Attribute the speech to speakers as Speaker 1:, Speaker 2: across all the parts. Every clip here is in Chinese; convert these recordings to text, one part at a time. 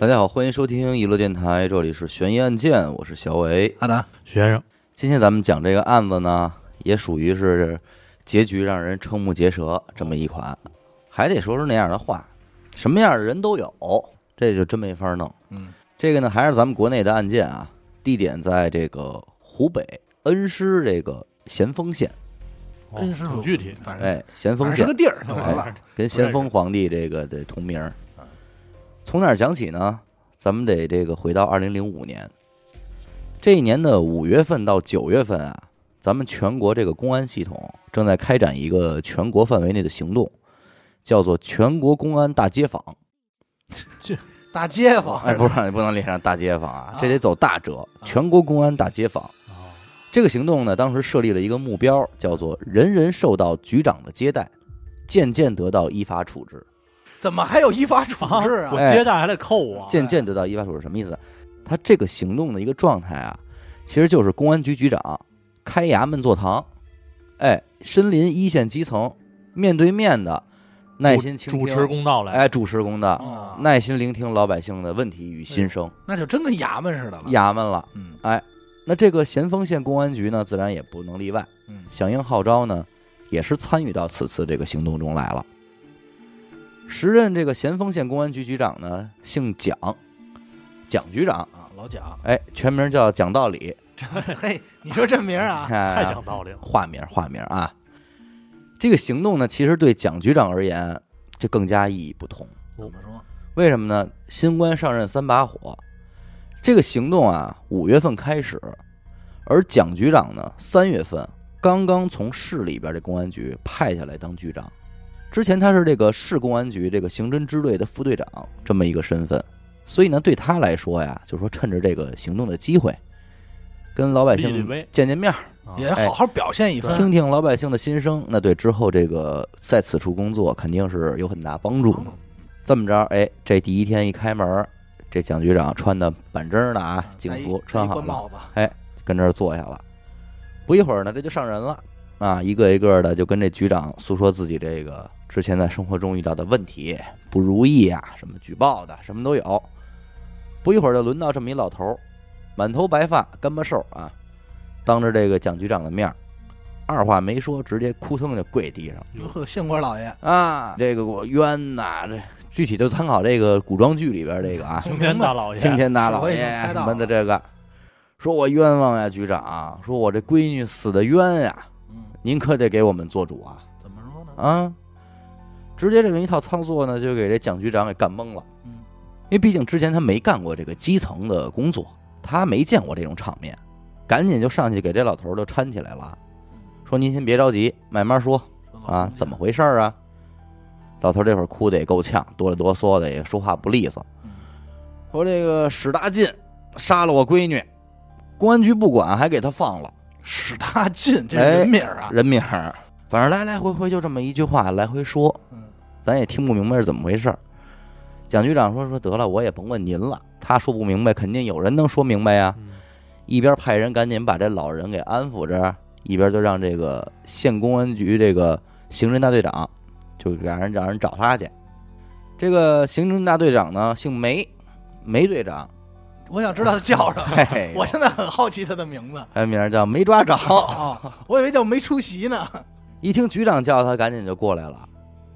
Speaker 1: 大家好，欢迎收听娱乐电台，这里是悬疑案件，我是小伟。
Speaker 2: 阿达，
Speaker 3: 许先生，
Speaker 1: 今天咱们讲这个案子呢，也属于是结局让人瞠目结舌这么一款，还得说是那样的话，什么样的人都有，这就真没法弄。
Speaker 2: 嗯，
Speaker 1: 这个呢，还是咱们国内的案件啊，地点在这个湖北恩施这个咸丰县，
Speaker 3: 哦
Speaker 2: 真是
Speaker 3: 挺具体，
Speaker 2: 反正
Speaker 1: 哎，咸丰
Speaker 2: 反正
Speaker 1: 县
Speaker 2: 是个地儿就完了。
Speaker 3: 哎
Speaker 1: 跟咸丰皇帝这个得同名儿。啊从哪儿讲起呢？咱们得这个回到二零零五年，这一年的五月份到九月份啊，咱们全国这个公安系统正在开展一个全国范围内的行动，叫做全国公安大街访。
Speaker 2: 大街 坊，
Speaker 1: 哎，不是，不能连上大街访啊
Speaker 2: 啊，
Speaker 1: 这得走大折。全国公安大街访
Speaker 3: 哦
Speaker 1: 这个行动呢，当时设立了一个目标，叫做人人受到局长的接待，渐渐得到依法处置。
Speaker 2: 怎么还有依法处
Speaker 3: 啊
Speaker 2: 置啊
Speaker 1: 哎
Speaker 3: 我？接待还得扣我，
Speaker 1: 渐渐得到依法处置，什么意思？他这个行动的一个状态啊，其实就是公安局局长开衙门坐堂，哎，身临一线基层，面对面的，耐心倾听，
Speaker 3: 主持公道来，
Speaker 1: 哎，主持公道，
Speaker 2: 啊
Speaker 1: 耐心聆听老百姓的问
Speaker 3: 哎
Speaker 1: 题与心声，
Speaker 3: 啊
Speaker 2: 那就真跟衙门似的了。
Speaker 1: 衙门了。
Speaker 2: 嗯
Speaker 1: 那这个咸丰县公安局呢，自然也不能例外，
Speaker 2: 嗯，
Speaker 1: 响应号召呢，也是参与到此次这个行动中来了。时任这个咸丰县公安局局长呢，姓蒋，蒋局长。
Speaker 2: 啊，老蒋，
Speaker 1: 哎，全名叫蒋道理，
Speaker 2: 嘿，你说这名儿啊，
Speaker 1: 哎
Speaker 3: 太讲道理了，
Speaker 1: 化名化名啊。这个行动呢，其实对蒋局长而言，这更加意义不同。
Speaker 2: 怎么
Speaker 3: 哦
Speaker 2: 说？
Speaker 1: 为什么呢？新官上任三把火，这个行动啊，五月份开始，而蒋局长呢，三月份刚刚从市里边这公安局派下来当局长。之前他是这个市公安局这个刑侦支队的副队长这么一个身份，所以呢，对他来说呀，就说趁着这个行动的机会，跟老百
Speaker 3: 立立
Speaker 1: 姓
Speaker 3: 威
Speaker 1: 见见面儿，
Speaker 3: 啊
Speaker 2: 也好好表现一番，
Speaker 1: 哎听听老百姓的心声，那对之后这个在此处工作肯定是有很大帮助。
Speaker 2: 嗯
Speaker 1: 这么着，哎，这第一天一开门儿，这蒋局长穿的板正的啊，警
Speaker 2: 戴一
Speaker 1: 服穿好
Speaker 2: 戴一官
Speaker 1: 了，
Speaker 2: 帽子，
Speaker 3: 嗯
Speaker 1: 跟这儿坐下了。不一会儿呢，这就上人了啊，一个一个的就跟这局长诉说自己这个之前在生活中遇到的问题、不如意啊，什么举报的，什么都有。不一会儿就轮到这么一老头儿，满头白发，干巴瘦啊，当着这个蒋局长的面儿，二话没说，直接扑腾就跪地上。
Speaker 2: 哟呵，县官老爷，
Speaker 1: 啊，这个我冤呐！这具体就参考这个古装剧里边这个 啊，
Speaker 3: 青天大老爷，
Speaker 1: 青天大老
Speaker 2: 我已
Speaker 1: 爷
Speaker 2: 经猜
Speaker 1: 什
Speaker 2: 到了
Speaker 1: 么的这个，说我冤枉呀，局长、啊说我这闺女死的冤呀，
Speaker 2: 嗯，
Speaker 1: 您可得给我们做主啊
Speaker 3: 嗯
Speaker 2: 怎么说呢？
Speaker 1: 啊！直接这么一套操作呢，就给这蒋局长给干懵了，
Speaker 2: 嗯，
Speaker 1: 因为毕竟之前他没干过这个基层的工作，他没见过这种场面，赶紧就上去给这老头儿就搀起来了，说您先别着急，慢慢说，
Speaker 2: 嗯说老
Speaker 1: 啊
Speaker 2: 人，家
Speaker 1: 怎么？回事儿啊？老头这会儿哭得也够呛，哆里哆嗦的，也说话不利索。
Speaker 2: 嗯
Speaker 1: 说这个史大进杀了我闺女，公安局不管，还给他放了
Speaker 2: 史大进这
Speaker 1: 哎
Speaker 2: 人名儿啊，
Speaker 1: 人名儿。反正来来回回就这么一句话来回说，
Speaker 2: 嗯，
Speaker 1: 咱也听不明白是怎么回事儿。蒋局长说说得了，我也甭问您了，他说不明白，肯定有人能说明白呀。
Speaker 3: 嗯
Speaker 1: 一边派人赶紧把这老人给安抚着，一边就让这个县公安局这个刑侦大队长，就让人让人找他去。这个刑侦大队长呢，姓梅，梅队 长，
Speaker 2: 我想知道他叫什么，
Speaker 1: 嘿
Speaker 2: 我现在很好奇他的名字。
Speaker 1: 他名儿叫没抓着。
Speaker 2: 哦，我以为叫没出席呢。
Speaker 1: 一听局长叫他，赶紧就过来了。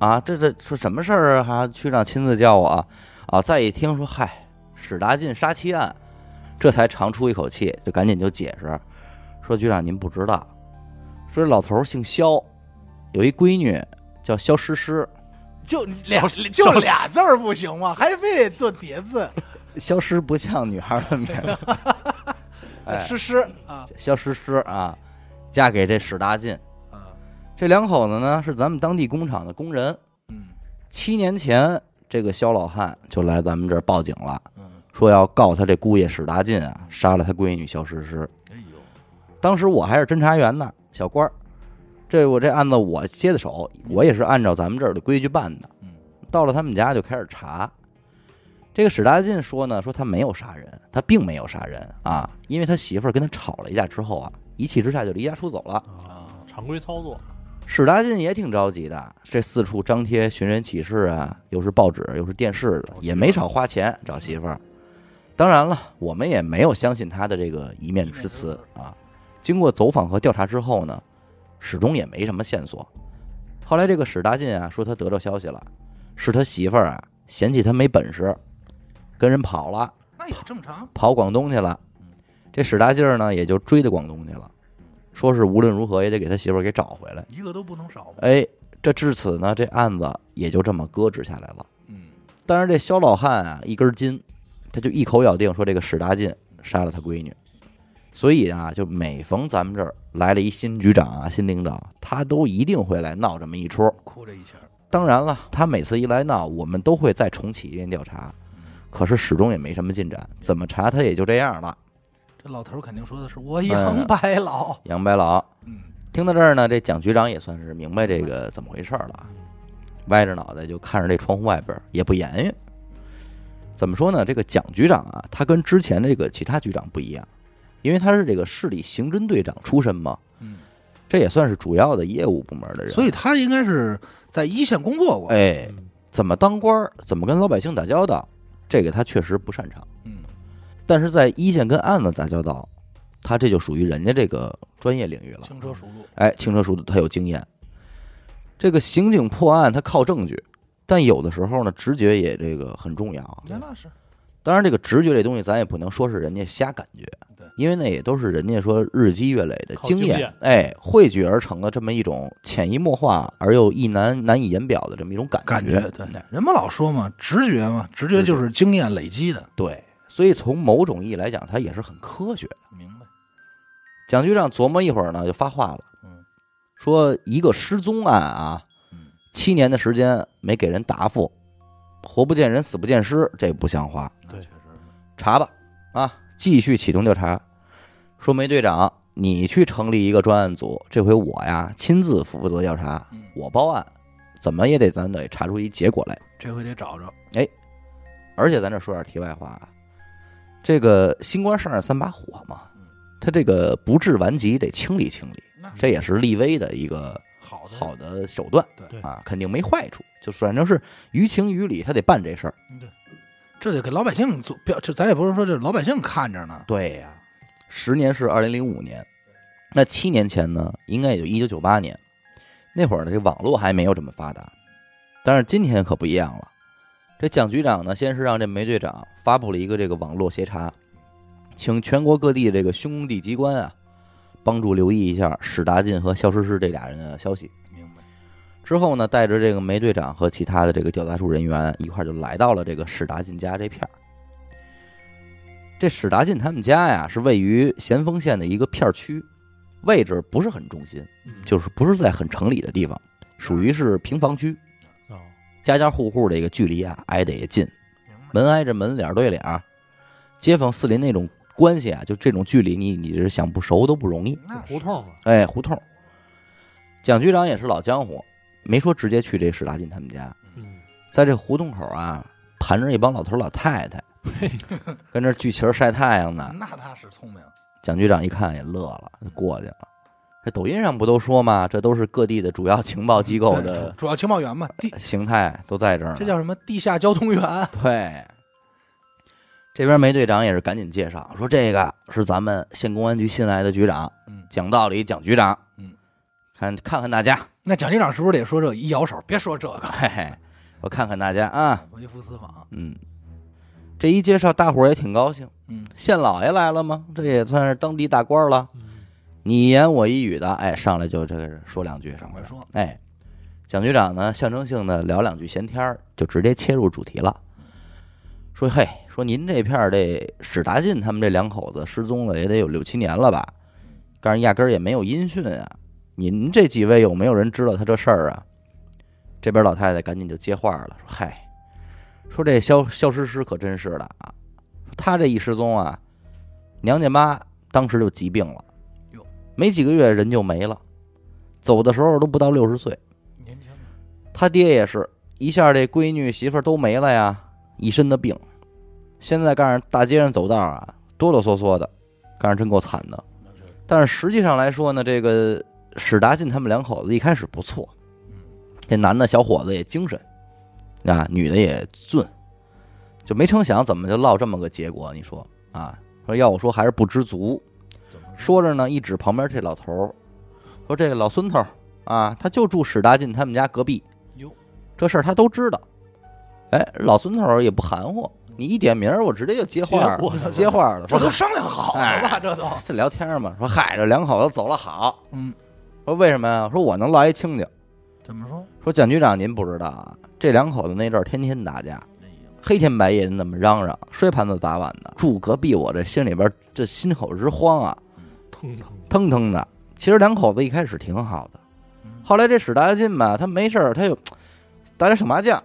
Speaker 1: 啊，这这说什么事儿啊？还局长亲自叫我啊？啊，再一听说，嗨，史达进杀妻案，这才长出一口气，就赶紧就解释，说局长您不知道，说这老头儿姓肖，有一闺女叫肖诗诗，
Speaker 2: 就俩
Speaker 3: 小
Speaker 2: 就
Speaker 3: 小
Speaker 2: 俩字儿不行吗？还非得做叠字？
Speaker 1: 肖诗不像女孩儿的名儿，哎，
Speaker 2: 诗诗啊
Speaker 1: 肖诗诗啊，嫁给这史达进，
Speaker 2: 啊
Speaker 1: 这两口子呢是咱们当地工厂的工人，
Speaker 2: 嗯
Speaker 1: 七年前，这个肖老汉就来咱们这儿报警了，
Speaker 2: 嗯，
Speaker 1: 说要告他这姑爷史达进啊，杀了他闺女肖诗诗。
Speaker 2: 哎呦，
Speaker 1: 当时我还是侦查员呢，小官儿，这我这案子我接的手，我也是按照咱们这儿的规矩办的
Speaker 2: 嗯。
Speaker 1: 到了他们家就开始查。这个史达进说呢，说他没有杀人，他并没有杀人啊，因为他媳妇儿跟他吵了一架之后啊，一气之下就离家出走了。
Speaker 3: 啊
Speaker 2: 啊，
Speaker 3: 常规操作，
Speaker 1: 史达金也挺着急的，这四处张贴寻人启事啊，又是报纸，又是电视的，也没少花钱找媳妇儿。当然了，我们也没有相信他的这个一面之词啊。经过走访和调查之后呢，始终也没什么线索。后来这个史达进啊说他得到消息了，是他媳妇儿啊嫌弃他没本事，跟人跑了，
Speaker 2: 那也正常。
Speaker 1: 跑广东去了。这史达劲儿呢也就追到广东去了，说是无论如何也得给他媳妇儿给找回来。
Speaker 2: 一个都不能少吧？
Speaker 1: 哎，这至此呢，这案子也就这么搁置下来了。
Speaker 2: 嗯，
Speaker 1: 但是这肖老汉啊，一根筋，他就一口咬定说这个史大进杀了他闺女。所以啊，就每逢咱们这儿来了一新局长啊、新领导，他都一定会来闹这么一出。
Speaker 2: 哭这一下，
Speaker 1: 当然了，他每次一来闹，我们都会再重启一遍调查，可是始终也没什么进展，怎么查他也就这样了。
Speaker 2: 这老头儿肯定说的是我
Speaker 1: 哎
Speaker 2: 杨白老。
Speaker 1: 杨白老
Speaker 2: 嗯，
Speaker 1: 听到这儿呢，这蒋局长也算是明白这个怎么回事儿了啊，歪着脑袋就看着这窗户外边儿，也不言语。怎么说呢？这个蒋局长啊，他跟之前的这个其他局长不一样，因为他是这个市里刑侦队长出身嘛，
Speaker 2: 嗯，
Speaker 1: 这也算是主要的业务部门的人。
Speaker 2: 所以，他应该是在一线工作过。
Speaker 1: 啊哎，
Speaker 3: 嗯
Speaker 1: 怎么当官儿，怎么跟老百姓打交道，这个他确实不擅长。
Speaker 2: 嗯，
Speaker 1: 但是在一线跟案子打交道，他这就属于人家这个专业领域了。
Speaker 2: 轻车熟路。
Speaker 1: 哎，轻车熟路，他有经验。这个刑警破案，他靠证据，但有的时候呢，直觉也这个很重要啊。
Speaker 2: 那那是
Speaker 1: 当然，这个直觉这东西，咱也不能说是人家瞎感觉
Speaker 2: 对，
Speaker 1: 因为那也都是人家说日积月累的
Speaker 3: 靠
Speaker 1: 经
Speaker 3: 经
Speaker 1: 验
Speaker 3: 验，
Speaker 1: 哎，汇聚而成的这么一种潜移默化而又一难难以言表的这么一种感
Speaker 2: 感
Speaker 1: 觉。
Speaker 2: 对，人们老说嘛，直觉嘛，直觉就是经验累积的。
Speaker 1: 对，所以从某种意义来讲，它也是很科学的。
Speaker 2: 明白？
Speaker 1: 蒋局长琢磨一会儿呢，就发话了
Speaker 2: 嗯，
Speaker 1: 说一个失踪案啊，
Speaker 2: 嗯，
Speaker 1: 七年的时间没给人答复，活不见人，死不见尸，这不像话。
Speaker 2: 那
Speaker 3: 对
Speaker 2: 确实是。
Speaker 1: 查吧，啊，继续启动调查。说梅队长，你去成立一个专案组，这回我呀亲自负责调查，
Speaker 2: 嗯，
Speaker 1: 我报案，怎么也得咱得查出一结果来。
Speaker 2: 这回得找着。
Speaker 1: 而且咱这说点题外话啊，这个新官上任三把火嘛
Speaker 2: 嗯，
Speaker 1: 他这个不治顽疾得清理清理，
Speaker 2: 那
Speaker 1: 这也是立威的一个
Speaker 2: 好的，
Speaker 1: 好的手段。
Speaker 2: 对
Speaker 1: 啊，肯定没坏处，就是反正是于情于理，他得办这事儿。
Speaker 2: 这得给老百姓做表，这咱也不是说这老百姓看着呢。
Speaker 1: 对呀、十年是二零零五年，那七年前呢，应该也就一九九八年，那会儿呢，这网络还没有这么发达，但是今天可不一样了。这蒋局长呢，先是让这梅队长发布了一个这个网络协查，请全国各地的这个兄弟机关啊，帮助留意一下史达进和肖诗诗这俩人的消息。
Speaker 2: 明白？
Speaker 1: 之后呢，带着这个梅队长和其他的这个调查处人员一块儿就来到了这个史达进家这片儿。这史达进他们家呀，是位于咸丰县的一个片儿区，位置不是很中心，
Speaker 3: 嗯
Speaker 1: 就是不是在很城里的地方，属于是平房区，
Speaker 3: 哦
Speaker 1: 家家户户这个距离啊挨得也近，
Speaker 2: 明白。
Speaker 1: 门挨着门，脸儿对脸儿，街坊四邻那种关系啊，就这种距离你，你是想不熟都不容易。
Speaker 2: 那
Speaker 3: 胡同嘛，
Speaker 1: 哎，胡同。蒋局长也是老江湖，没说直接去这史达进他们家，
Speaker 3: 嗯，
Speaker 1: 在这胡同口啊，盘着一帮老头老太太， 跟这聚群晒太阳呢。
Speaker 2: 那他是聪明，
Speaker 1: 蒋局长一看也乐了，就过去了。这抖音上不都说吗？这都是各地的主要情报机构
Speaker 2: 对
Speaker 1: 的
Speaker 2: 主主要情报员嘛，地
Speaker 1: 形态都在这儿呢。
Speaker 2: 嗯这叫什么？地下交通员。
Speaker 1: 对。这边梅队长也是赶紧介绍说，这个是咱们县公安局新来的局长，
Speaker 2: 嗯
Speaker 1: 讲道理，蒋局长，
Speaker 2: 嗯，
Speaker 1: 看看看大家，
Speaker 2: 那蒋局长是不是得说这一摇手，别说这个，
Speaker 1: 嘿嘿，我看看大家啊，
Speaker 2: 微服私访。
Speaker 1: 嗯，这一介绍，大伙儿也挺高兴。
Speaker 2: 嗯，
Speaker 1: 县老爷来了吗？这也算是当地大官了。
Speaker 3: 嗯
Speaker 1: 你一言我一语的，哎，上来就这个说两句，上
Speaker 2: 赶
Speaker 1: 来
Speaker 2: 快说，
Speaker 1: 哎，蒋局长呢，象征性的聊两句闲天儿，就直接切入主题了，说：“嘿，说您这片儿这史达进他们这两口子失踪了，也得有六七年了吧？但是压根儿也没有音讯啊。您这几位有没有人知道他这事儿啊？”这边老太太赶紧就接话了，说：“嗨，说这肖肖诗诗可真是的啊，她这一失踪啊，娘家妈当时就疾病了
Speaker 2: 哟，
Speaker 1: 没几个月人就没了。”走的时候都不到六十岁。
Speaker 2: 年轻人
Speaker 1: 他爹也是一下，这闺女媳妇儿都没了呀，一身的病。现在干上大街上走道啊，哆哆嗦嗦的，干上真够惨的。但是实际上来说呢，这个史达进他们两口子一开始不错，
Speaker 2: 嗯
Speaker 1: 这男的小伙子也精神，啊，女的也俊，就没成想怎么就落这么个结果？你说啊，说要我说还是不知足。说着呢，一指旁边这老头儿，说这老孙头儿啊，他就住史达进他们家隔壁
Speaker 2: 哟，
Speaker 1: 这事儿他都知道。哎，老孙头儿也不含糊，你一点名儿，我直接就接话
Speaker 3: 接过来
Speaker 1: 儿
Speaker 3: 了
Speaker 1: 接话儿了，说
Speaker 2: 这哦都商量好了吧？这都，
Speaker 1: 这聊天儿嘛，说嗨，这两口子走了好。
Speaker 2: 嗯，
Speaker 1: 说为什么呀？说我能落一清净。
Speaker 2: 怎么说？
Speaker 1: 说蒋局长您不知道啊，这两口子那阵儿天天打架，黑天白夜那么嚷嚷，摔盘子砸碗的，住隔壁我这心里边儿这心口直慌啊，
Speaker 3: 腾腾
Speaker 1: 腾腾的。其实两口子一开始挺好的，后来这史达进吧，他没事儿，他又大家手麻将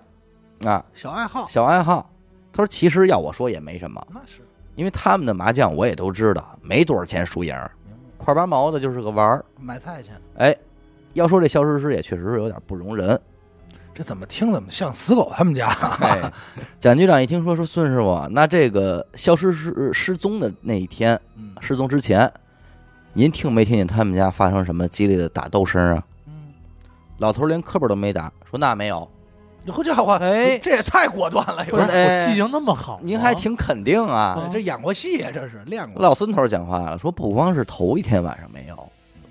Speaker 1: 啊，
Speaker 2: 小爱好，
Speaker 1: 小爱好。他说其实要我说也没什么，
Speaker 2: 那是
Speaker 1: 因为他们的麻将我也都知道，没多少钱输赢儿，块八毛的就是个玩儿。
Speaker 2: 买菜去，
Speaker 1: 哎，要说这肖诗诗也确实是有点不容人。
Speaker 2: 这怎么听怎么像死狗他们家？
Speaker 1: 哎， 蒋局长一听说说孙师傅，那这个肖诗诗失踪的那一天，
Speaker 2: 嗯
Speaker 1: 失踪之前，您听没听见他们家发生什么激烈的打斗声啊？
Speaker 2: 嗯，
Speaker 1: 老头连磕巴都没打，说那没有。
Speaker 2: 好家伙，
Speaker 1: 哎
Speaker 2: 这也太果断了，有
Speaker 1: 不是
Speaker 2: 点
Speaker 1: 哎
Speaker 3: 我记性那么好啊，
Speaker 1: 您还挺肯定啊
Speaker 3: 啊。
Speaker 2: 这演过戏呀，这是练过。
Speaker 1: 老孙头讲话了，说不光是头一天晚上没有，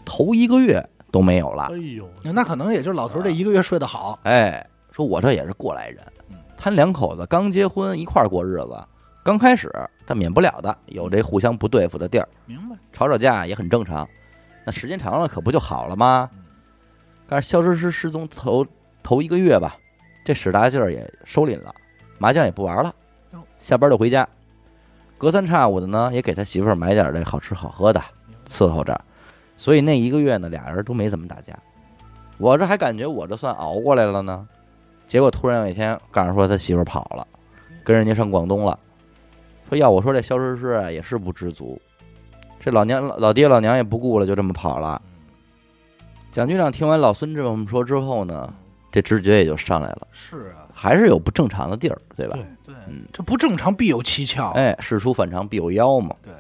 Speaker 1: 头一个月都没有了
Speaker 3: 哎。呦，
Speaker 2: 那可能也就是老头这一个月睡得好，
Speaker 1: 哎，说我这也是过来人
Speaker 2: 嗯，
Speaker 1: 他两口子刚结婚一块儿过日子，刚开始他免不了的有这互相不对付的地儿，
Speaker 2: 明白？
Speaker 1: 吵吵架也很正常。那时间长了可不就好了吗
Speaker 2: 嗯？
Speaker 1: 但是肖诗诗失踪头头一个月吧，这史大劲儿也收敛了，麻将也不玩了
Speaker 2: 哟，
Speaker 1: 下班就回家，隔三差五的呢也给他媳妇儿买点儿这好吃好喝的伺候着，所以那一个月呢俩人都没怎么打架。我这还感觉我这算熬过来了呢，结果突然有一天告诉说他媳妇儿跑了，跟人家上广东了，说要我说这肖诗诗啊也是不知足，这老娘老老爹老娘也不顾了，就这么跑了。
Speaker 2: 嗯
Speaker 1: 蒋局长听完老孙这么说之后呢，这直觉也就上来了，
Speaker 2: 是啊，
Speaker 1: 还是有不正常的地儿，对吧？
Speaker 3: 对
Speaker 2: 对
Speaker 1: 嗯，
Speaker 2: 这不正常必有蹊跷。
Speaker 1: 哎，事出反常必有妖嘛，
Speaker 2: 对，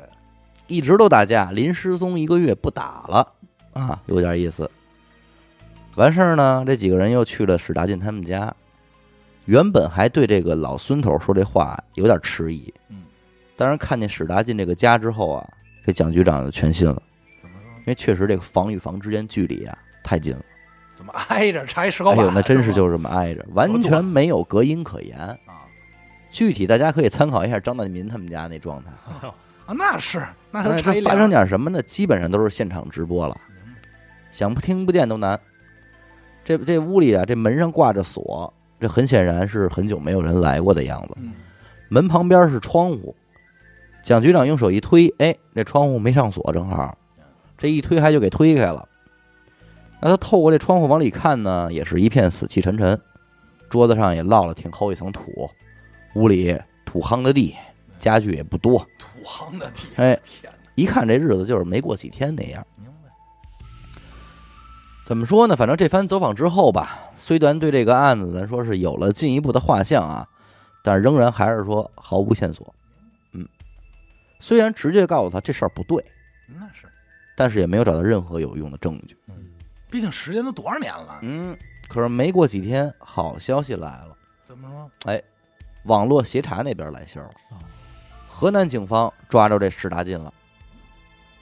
Speaker 1: 一直都打架，临失踪一个月不打了啊，有点意思。完事儿呢，这几个人又去了史达进他们家，原本还对这个老孙头说这话有点迟疑，
Speaker 2: 嗯，
Speaker 1: 但是看见史达进这个家之后啊，这蒋局长就全信了，
Speaker 2: 怎么说？
Speaker 1: 因为确实这个房与房之间距离啊太近了。
Speaker 2: 怎么挨着插一石膏
Speaker 1: 哎
Speaker 2: 板
Speaker 1: 呦，？那真是
Speaker 2: 吧
Speaker 1: 就这么挨着，完全没有隔音可言。
Speaker 2: 啊
Speaker 1: 具体大家可以参考一下张大民他们家那状态，
Speaker 2: 啊，那是那
Speaker 1: 但
Speaker 2: 是
Speaker 1: 是
Speaker 2: 插一
Speaker 1: 发
Speaker 2: 梁
Speaker 1: 生点什么呢？基本上都是现场直播了，想不听不见都难。这这屋里啊，这门上挂着锁，这很显然是很久没有人来过的样子。
Speaker 2: 嗯，
Speaker 1: 门旁边是窗户，蒋局长用手一推，哎，这窗户没上锁，正好，这一推还就给推开了。那他透过这窗户往里看呢，也是一片死气沉沉，桌子上也落了挺厚一层土，屋里土夯的地，家具也不多，
Speaker 2: 土行的地，
Speaker 1: 哎
Speaker 2: 天哪，
Speaker 1: 一看这日子就是没过几天那样。
Speaker 2: 明白？
Speaker 1: 怎么说呢？反正这番走访之后吧，虽然对这个案子咱说是有了进一步的画像啊，但仍然还是说毫无线索。嗯，虽然直接告诉他这事儿不对，
Speaker 2: 那是，
Speaker 1: 但是也没有找到任何有用的证据。
Speaker 2: 毕竟时间都多少年了，
Speaker 1: 嗯，可是没过几天，好消息来了，
Speaker 2: 怎么说？
Speaker 1: 网络协查那边来信儿了
Speaker 3: 哦，
Speaker 1: 河南警方抓着这史达进了，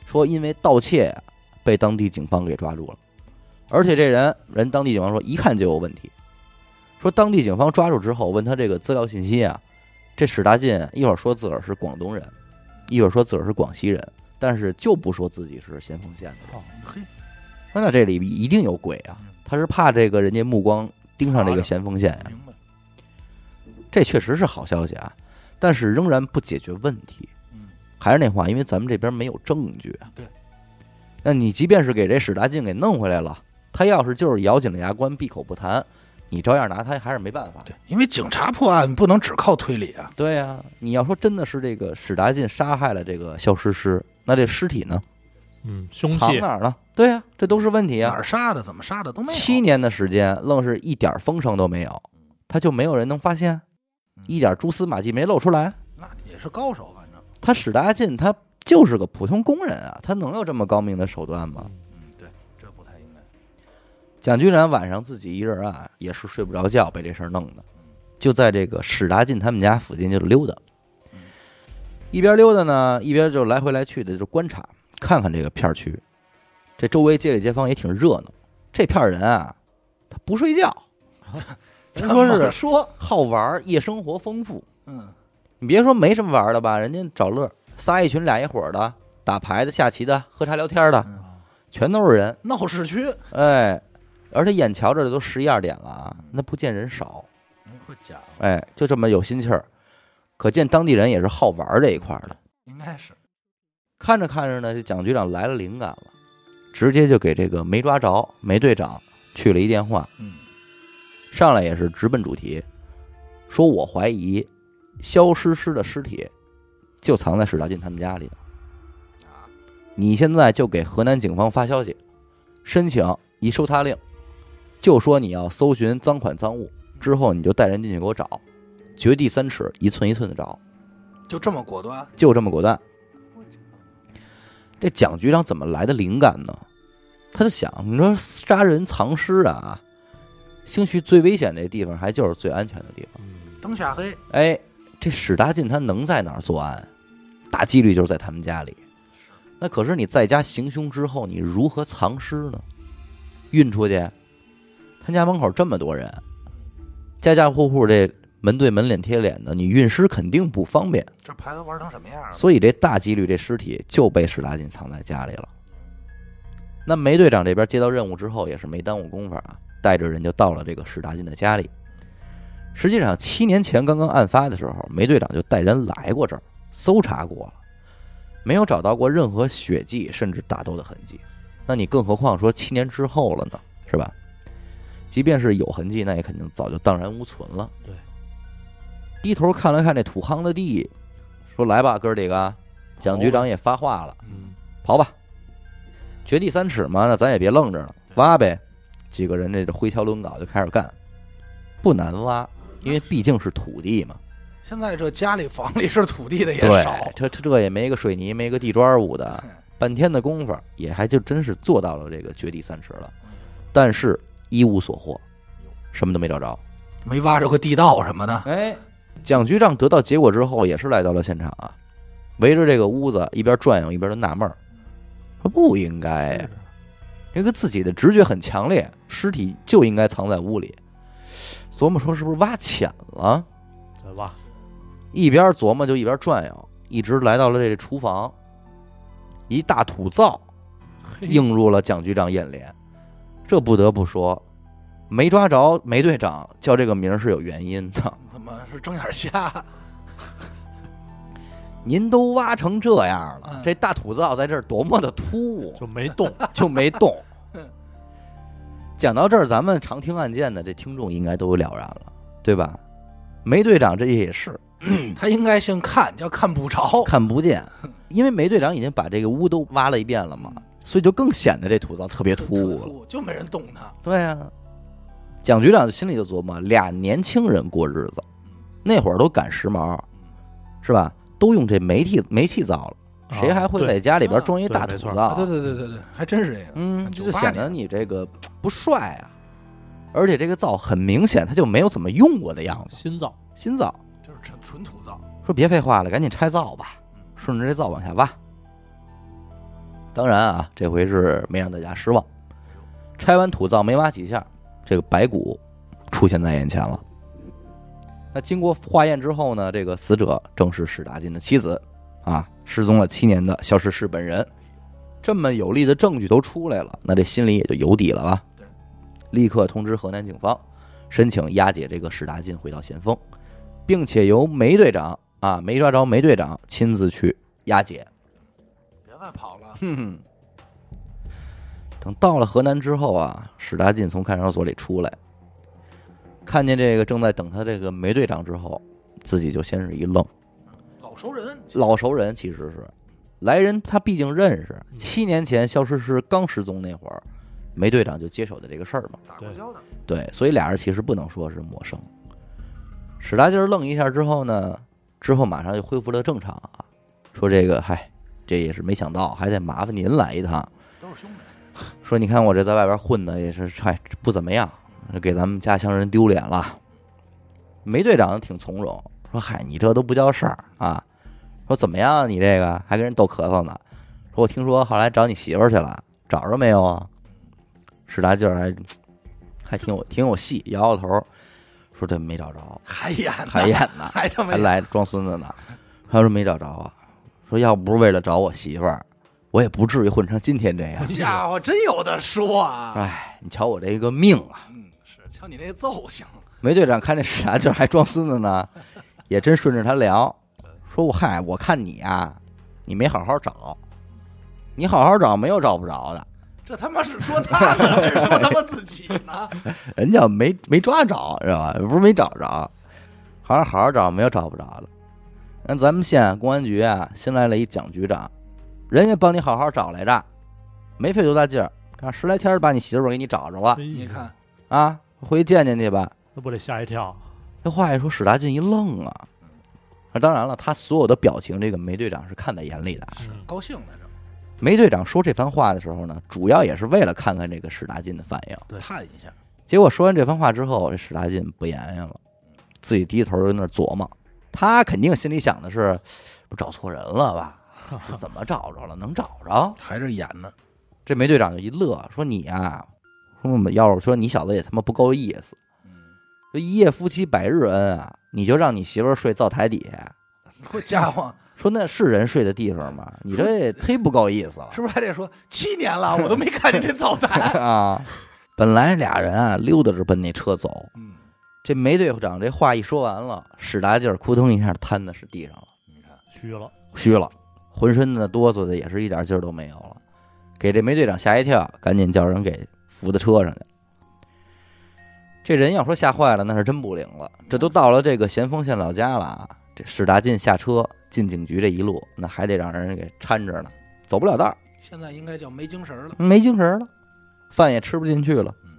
Speaker 1: 说因为盗窃啊被当地警方给抓住了，而且这人人当地警方说一看就有问题，说当地警方抓住之后问他这个资料信息啊，这史达进一会儿说自个儿是广东人，一会儿说自个儿是广西人，但是就不说自己是咸丰县的。
Speaker 2: 嘿，
Speaker 1: 说那这里一定有鬼啊
Speaker 2: 嗯！
Speaker 1: 他是怕这个人家目光盯上这个咸丰县呀、
Speaker 2: 明白？
Speaker 1: 这确实是好消息啊，但是仍然不解决问题。
Speaker 2: 嗯，
Speaker 1: 还是那话，因为咱们这边没有证据啊。
Speaker 2: 对，
Speaker 1: 那你即便是给这史达进给弄回来了，他要是就是咬紧了牙关闭口不谈，你照样拿他还是没办法。
Speaker 2: 对，因为警察破案不能只靠推理啊，
Speaker 1: 对呀、你要说真的是这个史达进杀害了这个肖诗诗，那这尸体呢？
Speaker 3: 嗯，凶
Speaker 1: 藏
Speaker 3: 器
Speaker 1: 哪儿了？对呀、这都是问题
Speaker 2: 哪
Speaker 1: 啊。
Speaker 2: 儿杀的、怎么杀的都没有。嗯
Speaker 1: 七年的时间，愣是一点风声都没有，他就没有人能发现，一点蛛丝马迹没露出来。
Speaker 2: 那也是高手，反正，
Speaker 1: 他史达进他就是个普通工人啊，他能有这么高明的手段吗？
Speaker 3: 嗯
Speaker 2: 嗯，对，这不太应该。
Speaker 1: 蒋局长晚上自己一人啊，也是睡不着觉，被这事儿弄的，就在这个史达进他们家附近就溜达，
Speaker 2: 嗯
Speaker 1: 一边溜达呢，一边就来回来去的就观察，看看这个片儿区，这周围街里街坊也挺热闹，这片儿人啊，他不睡 觉，咱说
Speaker 2: 怎
Speaker 1: 是
Speaker 2: 么说，
Speaker 1: 好玩儿，夜生活丰富。
Speaker 2: 嗯，
Speaker 1: 你别说没什么玩儿的吧，人家找乐儿，仨一群俩一伙儿的，打牌的、下棋的、喝茶聊天的，全都是人。
Speaker 2: 闹市区
Speaker 1: 哎，而且眼瞧着都十一二点了啊，那不见人少，
Speaker 2: 会假，
Speaker 1: 哎，就这么有心气儿，可见当地人也是好玩儿这一块儿的。
Speaker 2: 应该是
Speaker 1: 看着看着呢，这蒋局长来了灵感了，直接就给这个没抓着梅队长去了一电话，
Speaker 2: 嗯，
Speaker 1: 上来也是直奔主题，说我怀疑肖诗诗的尸体就藏在史达进他们家里呢。
Speaker 2: 啊，
Speaker 1: 你现在就给河南警方发消息，申请一搜查令，就说你要搜寻赃款赃物，之后你就带人进去给我找，掘地三尺，一寸一寸的找，
Speaker 2: 就这么果断，
Speaker 1: 就这么果断。这蒋局长怎么来的灵感呢？他就想，你说杀人藏尸啊，兴许最危险这地方还就是最安全的地方。
Speaker 3: 嗯
Speaker 2: 灯下黑，
Speaker 1: 哎，这史达进他能在哪儿作案？大几率就是在他们家里。那可是你在家行凶之后，你如何藏尸呢？运出去？他家门口这么多人，家家户户这门对门、脸贴脸的，你运尸肯定不方便。
Speaker 2: 这牌都玩成什么样了？
Speaker 1: 所以这大几率这尸体就被史达进藏在家里了。那梅队长这边接到任务之后，也是没耽误功夫啊，带着人就到了这个史达进的家里。实际上，七年前刚刚案发的时候，梅队长就带人来过这儿搜查过了，没有找到过任何血迹，甚至打斗的痕迹。那你更何况说七年之后了呢，是吧？即便是有痕迹，那也肯定早就荡然无存了。
Speaker 3: 对，
Speaker 1: 低头看了看这土夯的地，说：“来吧，哥儿几个，蒋局长也发话了，
Speaker 3: 嗯
Speaker 1: 刨吧，掘地三尺嘛，那咱也别愣着了，挖呗。”几个人这就挥锹抡镐就开始干，不难挖，因为毕竟是土地嘛。
Speaker 2: 现在这家里房里是土地的也
Speaker 1: 对
Speaker 2: 少，，
Speaker 1: 这这这也没个水泥，没个地砖捂的，半天的功夫也还就真是做到了这个掘地三尺了，但是一无所获，什么都没找着。
Speaker 2: 没挖着个地道什么的，
Speaker 1: 哎， 蒋局长得到结果之后，也是来到了现场啊，围着这个屋子一边转悠一边就纳闷儿，说不应该呀，这个自己的直觉很强烈，尸体就应该藏在屋里。琢磨说是不是挖浅了？
Speaker 3: 再挖，
Speaker 1: 一边琢磨就一边转悠，一直来到了这个厨房，一大土灶
Speaker 3: 嘿
Speaker 1: 映入了蒋局长眼帘。这不得不说，没抓着梅队长叫这个名儿是有原因的。
Speaker 2: 怎么是睁眼瞎？
Speaker 1: 您都挖成这样了
Speaker 2: 嗯，
Speaker 1: 这大土灶在这儿多么的突兀，
Speaker 3: 就没动，
Speaker 1: 就没动。讲到这儿，咱们常听案件的这听众应该都了然了，对吧？梅队长这也是
Speaker 2: 他应该姓看，叫看不着，
Speaker 1: 看不见，因为梅队长已经把这个屋都挖了一遍了
Speaker 2: 嗯
Speaker 1: 嘛，所以就更显得这土灶特别突兀了。
Speaker 2: 兀，就没人动他。
Speaker 1: 对啊，蒋局长心里就琢磨，俩年轻人过日子，那会儿都赶时髦，是吧？都用这煤气煤气灶了， 谁还会
Speaker 3: 啊对
Speaker 1: 在家里边
Speaker 2: 嗯
Speaker 1: 装一大
Speaker 3: 对
Speaker 1: 土
Speaker 3: 没错
Speaker 1: 灶？
Speaker 2: 对对对对对，还真是这个。
Speaker 1: 嗯，这就
Speaker 2: 98
Speaker 1: 显得你这个不帅啊。而且这个灶很明显，它就没有怎么用过的样子。
Speaker 3: 心脏
Speaker 1: 新灶
Speaker 2: 就是纯纯土灶，
Speaker 1: 说别废话了，赶紧拆灶吧，顺着这灶往下挖。当然啊，这回是没让大家失望，拆完土灶没挖几下，这个白骨出现在眼前了。那经过化验之后呢，这个死者正是史达金的妻子，啊，失踪了七年的肖诗诗本人。这么有力的证据都出来了，那这心里也就有底了吧
Speaker 2: 对？
Speaker 1: 立刻通知河南警方，申请押解这个史达金回到咸丰，并且由梅队长啊，没抓着梅队长亲自去押解。
Speaker 2: 别再跑了。
Speaker 1: 哼哼， 等到了河南之后啊，史达进从看守所里出来，看见这个正在等他这个梅队长之后，自己就先是一愣。
Speaker 2: 老熟人，
Speaker 1: 老熟人其实是来人，他毕竟认识。七年前肖诗诗刚失踪那会儿，梅队长就接手的这个事儿嘛。
Speaker 2: 打过交道，
Speaker 1: 对，所以俩人其实不能说是陌生。史达劲儿愣一下之后呢，之后马上就恢复了正常啊，说这个嗨，这也是没想到，还得麻烦您来一趟。
Speaker 2: 都是兄弟。
Speaker 1: 说你看我这在外边混的也是嗨不怎么样，给咱们家乡人丢脸了。梅队长挺从容，说嗨你这都不叫事儿啊，说怎么样你这个还跟人逗咳嗽呢？说我听说后来找你媳妇儿去了，找着没有啊？史大劲儿还还挺有挺有戏，摇摇头说这没找着，
Speaker 2: 还演呢
Speaker 1: 还演呢。
Speaker 2: 还他妈
Speaker 1: 还来装孙子呢。他说没找着啊，说要不是为了找我媳妇儿，我也不至于混成今天这样。
Speaker 2: 家伙真有的说啊！
Speaker 1: 哎，你瞧我这个命啊！
Speaker 2: 嗯，是，瞧你那揍性，
Speaker 1: 梅队长看这傻劲儿还装孙子呢，也真顺着他聊，说我嗨，我看你啊，你没好好找，你好好找没有找不着的，
Speaker 2: 这他妈是说他呢，还是说他妈自己呢？
Speaker 1: 人家没没抓着是吧？不是没找着，好像好好找没有找不着的。那咱们县公安局啊，新来了一蒋局长，人家帮你好好找来着，没费多大劲儿，看十来天儿把你媳妇儿给你找着了
Speaker 2: 你看，
Speaker 1: 啊，回去见见去吧。
Speaker 3: 哎那不得吓一跳？
Speaker 1: 这话一说，史大进一愣啊。啊当然了，他所有的表情，这个梅队长是看在眼里的。
Speaker 3: 嗯
Speaker 2: 高兴来着，
Speaker 1: 梅队长说这番话的时候呢，主要也是为了看看这个史大进的反应。
Speaker 3: 对
Speaker 2: 探一下，
Speaker 1: 结果说完这番话之后，这史大进不言语了，自己低头在那儿琢磨。他肯定心里想的是，不找错人了吧？是怎么找着了？能找着？
Speaker 2: 还是演呢。
Speaker 1: 这梅队长就一乐，说你啊，说我们要是说你小子也他妈不够意思，
Speaker 2: 嗯，
Speaker 1: 这一夜夫妻百日恩啊，你就让你媳妇儿睡灶台底下，
Speaker 2: 好 家伙，
Speaker 1: 说那是人睡的地方吗？你这也忒不够意思了。
Speaker 2: 是不是还得说七年 了，我都没看见这灶台？
Speaker 1: 啊，本来俩人啊溜达着奔那车走，
Speaker 2: 嗯，
Speaker 1: 这梅队长这话一说完了，史大劲儿扑通一下瘫在是地上了，
Speaker 2: 你看，
Speaker 3: 虚了，
Speaker 1: 虚了，浑身的哆嗦的也是一点劲儿都没有了，给这梅队长吓一跳，赶紧叫人给扶到车上去。这人要说吓坏了，那是真不灵了。这都到了这个咸丰县老家了啊！这史大进下车进警局这一路，那还得让人给搀着呢，走不了道儿，
Speaker 2: 现在应该叫没精神了。
Speaker 1: 没精神儿了，饭也吃不进去了。
Speaker 2: 嗯，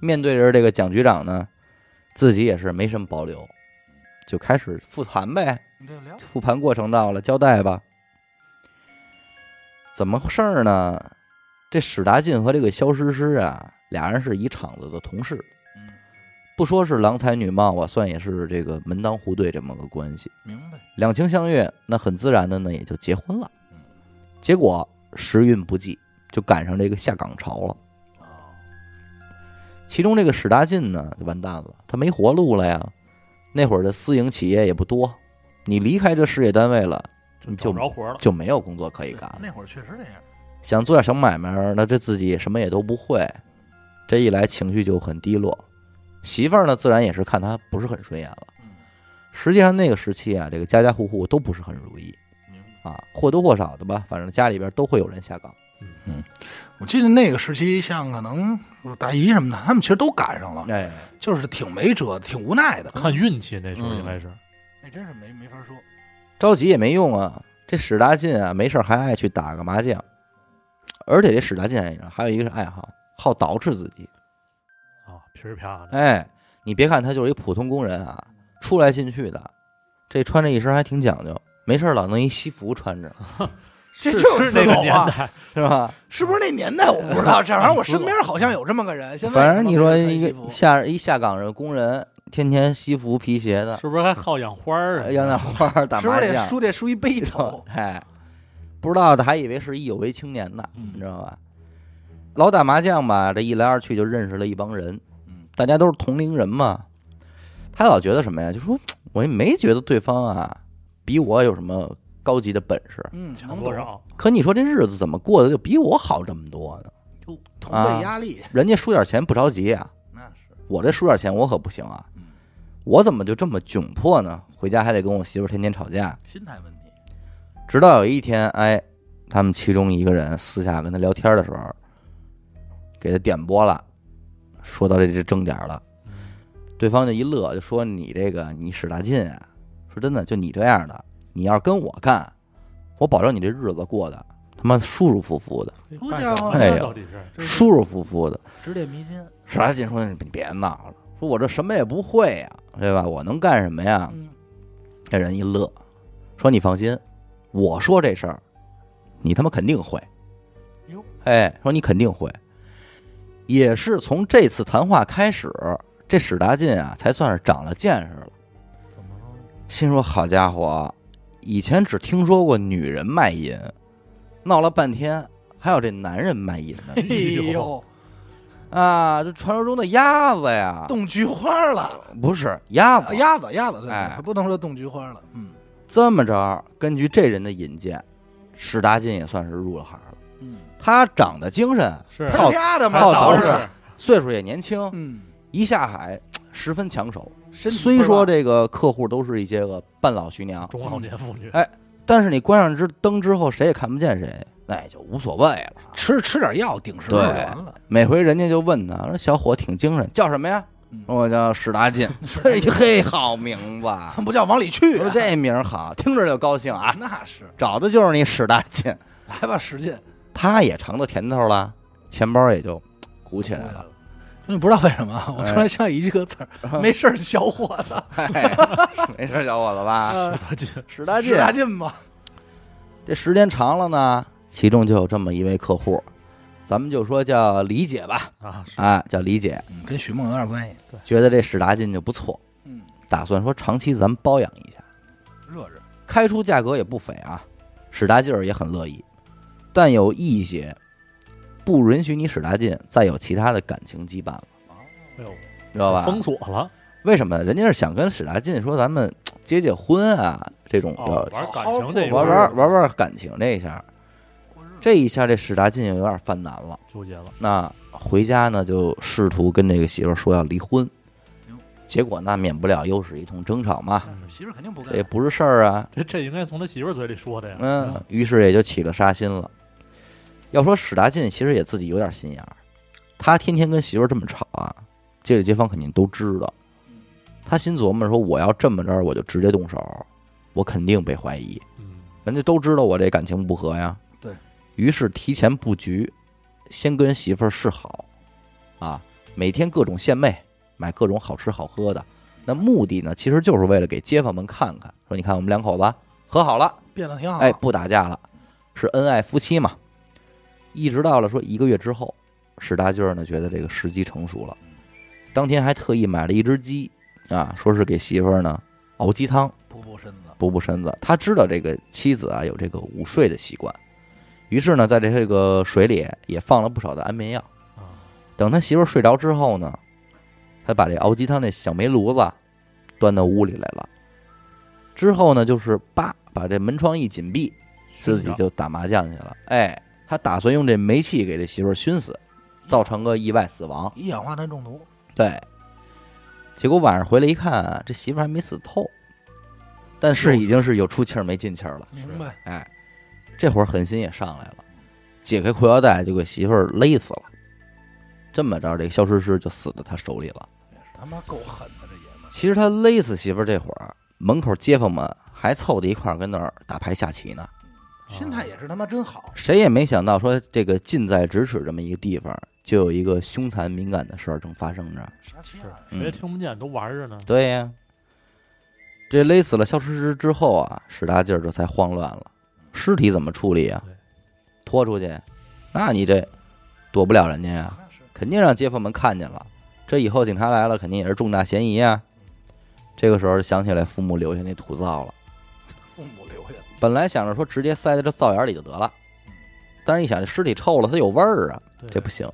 Speaker 1: 面对着这个蒋局长呢，自己也是没什么保留，就开始复盘呗，
Speaker 2: 你这聊
Speaker 1: 复盘过程到了，交代吧。怎么回事儿呢？这史达进和这个肖诗诗啊，俩人是一厂子的同事
Speaker 2: 嗯，
Speaker 1: 不说是郎才女貌吧，啊算也是这个门当户对这么个关系。
Speaker 2: 明白，
Speaker 1: 两情相悦，那很自然的呢，也就结婚了
Speaker 2: 嗯。
Speaker 1: 结果时运不济，就赶上这个下岗潮了。
Speaker 2: 哦，
Speaker 1: 其中这个史大进呢，就完蛋了，他没活路了呀。那会儿的私营企业也不多，你离开这事业单位了，
Speaker 3: 就
Speaker 1: 就
Speaker 3: 找不着活了。
Speaker 1: 就没有工作可以干了。
Speaker 2: 那会儿确实这样。
Speaker 1: 想做点小买卖儿，那这自己什么也都不会，这一来情绪就很低落。媳妇儿呢，自然也是看他不是很顺眼了。
Speaker 2: 嗯，
Speaker 1: 实际上那个时期啊，这个家家户户都不是很如意
Speaker 2: 明白。
Speaker 1: 啊，或多或少的吧，反正家里边都会有人下岗。
Speaker 2: 我记得那个时期，像可能大姨什么的，他们其实都赶上了，
Speaker 1: 哎，
Speaker 2: 就是挺没辙的，挺无奈的。
Speaker 3: 看运气那时候
Speaker 1: 嗯
Speaker 3: 应该是，
Speaker 2: 那真是没没法说。
Speaker 1: 着急也没用啊。这史大进啊，没事儿还爱去打个麻将，而且这史大进啊还有一个爱好，好捯饬自己。
Speaker 3: 啊，皮儿啪的，
Speaker 1: 哎，你别看他就是一普通工人啊，出来进去的，这穿这一身还挺讲究。没事儿老弄一西服穿着，
Speaker 2: 这
Speaker 3: 是
Speaker 2: 就是是
Speaker 3: 那
Speaker 2: 死
Speaker 3: 个
Speaker 2: 狗
Speaker 3: 年
Speaker 2: 啊！
Speaker 3: 代，
Speaker 1: 是吧？
Speaker 2: 是不是那年 代我不知道，这玩意儿我身边好像有这么个人。现在
Speaker 1: 反正你说一
Speaker 2: 也
Speaker 1: 个下一下岗人工人，天天西服皮鞋的，
Speaker 3: 是不是还好养花儿啊？
Speaker 1: 养点花儿打
Speaker 2: 是不是
Speaker 1: 麻
Speaker 2: 得
Speaker 1: 将，
Speaker 2: 梳得梳一背头？
Speaker 1: 哎，不知道的还以为是一有为青年呢，
Speaker 3: 嗯
Speaker 1: 你知道吧？老打麻将吧，这一来二去就认识了一帮人，
Speaker 2: 嗯，
Speaker 1: 大家都是同龄人嘛。他老觉得什么呀？就说我也没觉得对方啊比我有什么高级的本事，
Speaker 2: 嗯，
Speaker 3: 强
Speaker 2: 能
Speaker 3: 多
Speaker 2: 懂。
Speaker 3: 少？
Speaker 1: 可你说这日子怎么过得就比我好这么多呢？
Speaker 2: 就同辈压力，
Speaker 1: 人家输点钱不着急啊，
Speaker 2: 那是
Speaker 1: 我这输点钱我可不行啊
Speaker 2: 嗯，
Speaker 1: 我怎么就这么窘迫呢？回家还得跟我媳妇儿天天吵架，
Speaker 2: 心态问题。
Speaker 1: 直到有一天，哎，他们其中一个人私下跟他聊天的时候，给他点拨了，说到这这正点儿了，对方就一乐，就说你这个你使大劲啊，说真的，就你这样的，你要是跟我干，我保证你这日子过得他妈舒舒服服的，
Speaker 2: 好家伙
Speaker 1: 哎
Speaker 3: 哎
Speaker 1: 呦
Speaker 3: 到底是真是
Speaker 1: 舒舒服服的。
Speaker 2: 指点迷津。
Speaker 1: 史大劲说你别闹了，说我这什么也不会呀、对吧？我能干什么呀？
Speaker 2: 嗯，
Speaker 1: 这人一乐，说：“你放心，我说这事儿，你他妈肯定会。
Speaker 2: 哟，
Speaker 1: 哎，说你肯定会。也是从这次谈话开始，这史达进啊才算是长了见识了，
Speaker 3: 怎么了？
Speaker 1: 心说好家伙，以前只听说过女人卖淫，闹了半天还有这男人卖淫呢
Speaker 2: 哎
Speaker 3: 呦
Speaker 2: 呦，
Speaker 1: 啊！这传说中的鸭子呀，
Speaker 2: 冻菊花了，
Speaker 1: 不是鸭子，
Speaker 2: 鸭子鸭子，对，
Speaker 1: 哎
Speaker 2: 不能说冻菊花了，嗯
Speaker 1: 这么着，根据这人的引荐，史达进也算是入了行了。
Speaker 2: 嗯，
Speaker 1: 他长得精神，
Speaker 3: 是啊
Speaker 1: 他
Speaker 2: 他家的嘛，
Speaker 1: 泡
Speaker 2: 倒
Speaker 1: 倒
Speaker 2: 是，
Speaker 1: 是岁数也年轻，
Speaker 2: 嗯，
Speaker 1: 一下海十分抢手。
Speaker 2: 身体
Speaker 1: 虽说
Speaker 2: 倍儿
Speaker 1: 这个客户都是一些个半老徐娘，
Speaker 3: 中老年妇女
Speaker 1: 哎但是你关上之灯之后，谁也看不见谁，那也就无所谓了。
Speaker 2: 棒吃吃点药顶时就
Speaker 1: 对
Speaker 2: 完 了，
Speaker 1: 每回人家就问他说：“小伙挺精神，叫什么呀？”
Speaker 2: 嗯
Speaker 1: 说我叫史达 进。嘿嘿，好名字，
Speaker 2: 不叫往里去
Speaker 1: 说
Speaker 2: 啊，
Speaker 1: 这名儿好，听着就高兴啊。
Speaker 2: 那是
Speaker 1: 找的就是你史达进，
Speaker 2: 来吧，使劲，
Speaker 1: 他也尝到甜头了，钱包也就鼓起来 了。
Speaker 2: 了。你不知道为什么啊，我突然想起一个词儿，没事儿，小伙子，
Speaker 1: 哎，没事，小伙子吧？
Speaker 2: 呃
Speaker 1: 史达进
Speaker 2: 使，大劲吧，
Speaker 1: 这时间长了呢，其中就有这么一位客户，咱们就说叫李姐吧，
Speaker 3: 啊，是
Speaker 1: 啊，叫李姐，
Speaker 2: 嗯跟许梦有点关系。
Speaker 1: 觉得这史达进就不错，
Speaker 2: 嗯，
Speaker 1: 打算说长期咱们包养一下，
Speaker 2: 热热，
Speaker 1: 开出价格也不菲啊，史达进儿也很乐意，但有一些不允许你史达进再有其他的感情羁绊了，
Speaker 2: 哦
Speaker 3: 哎呦，
Speaker 1: 知道吧？
Speaker 3: 封锁了，
Speaker 1: 为什么呢？人家是想跟史达进说咱们结结婚啊，这种要
Speaker 3: 哦玩感情
Speaker 2: 好
Speaker 3: 这
Speaker 2: 好
Speaker 3: 一
Speaker 1: 玩
Speaker 3: 块
Speaker 1: 玩
Speaker 3: 儿
Speaker 1: 玩玩感情这一下，这一下这史达进有点犯难了。
Speaker 3: 纠结了，
Speaker 1: 那回家呢，就试图跟这个媳妇儿说要离婚
Speaker 2: 哟，
Speaker 1: 结果那免不了又是一通争吵嘛，
Speaker 2: 但嗯是媳妇儿肯定不
Speaker 1: 这也
Speaker 2: 干。
Speaker 1: 不是事儿啊。
Speaker 3: 这这应该从他媳妇儿嘴里说的呀。
Speaker 1: 嗯，于是也就起了杀心了。要说史达进其实也自己有点心眼儿，他天天跟媳妇儿这么吵啊，街里街坊肯定都知道。他心琢磨说，我要这么着，我就直接动手，我肯定被怀疑。
Speaker 3: 嗯，
Speaker 1: 人家都知道我这感情不和呀。
Speaker 2: 对
Speaker 1: 于是提前布局，先跟媳妇儿示好，啊，每天各种献媚，买各种好吃好喝的。那目的呢，其实就是为了给街坊们看看，说你看我们两口子和好了，
Speaker 2: 变得挺好。
Speaker 1: 哎，不打架了，是恩爱夫妻嘛。一直到了说一个月之后，史大俊儿呢觉得这个时机成熟了，当天还特意买了一只鸡啊，说是给媳妇儿呢熬鸡汤。
Speaker 2: 补补身子，
Speaker 1: 补补身子。他知道这个妻子啊有这个午睡的习惯，于是呢，在这个水里也放了不少的安眠药。
Speaker 3: 啊，
Speaker 1: 等他媳妇儿睡着之后呢，他把这熬鸡汤这小煤炉子端到屋里来了。之后呢，就是叭把这门窗一紧闭，自己
Speaker 3: 熏着
Speaker 1: 就打麻将去了。哎，他打算用这煤气给这媳妇儿熏死，造成个意外死亡。
Speaker 2: 一氧化碳中毒，
Speaker 1: 对，结果晚上回来一看啊，这媳妇儿还没死透，但是已经是有出气儿没进气儿了。
Speaker 2: 明白？
Speaker 1: 哎，这会儿狠心也上来了，解开裤腰带就给媳妇儿勒死了。这么着，这个肖诗诗就死在他手里了。
Speaker 2: 他妈够狠的这爷们儿，
Speaker 1: 其实他勒死媳妇儿这会儿，门口街坊们还凑在一块儿跟那儿打牌下棋呢。
Speaker 3: 啊
Speaker 2: 心态也是他妈真好。
Speaker 1: 谁也没想到说这个近在咫尺这么一个地方，就有一个凶残敏感的事儿正发生着。
Speaker 2: 啥
Speaker 3: 是
Speaker 2: 情况？
Speaker 1: 嗯
Speaker 3: 谁也听不见，都玩着呢。
Speaker 1: 对呀、这勒死了肖诗诗之后啊，史大劲儿这才慌乱了。尸体怎么处理啊
Speaker 3: 对？
Speaker 1: 拖出去，那你这躲不了人家呀、
Speaker 2: 那是
Speaker 1: 肯定让街坊们看见了。这以后警察来了，肯定也是重大嫌疑啊。这个时候想起来父母留下那土灶了，
Speaker 2: 父母留下的，
Speaker 1: 本来想着说直接塞在这灶眼里就得了，但是一想这尸体臭了，它有味儿啊，
Speaker 3: 对
Speaker 1: 这不行。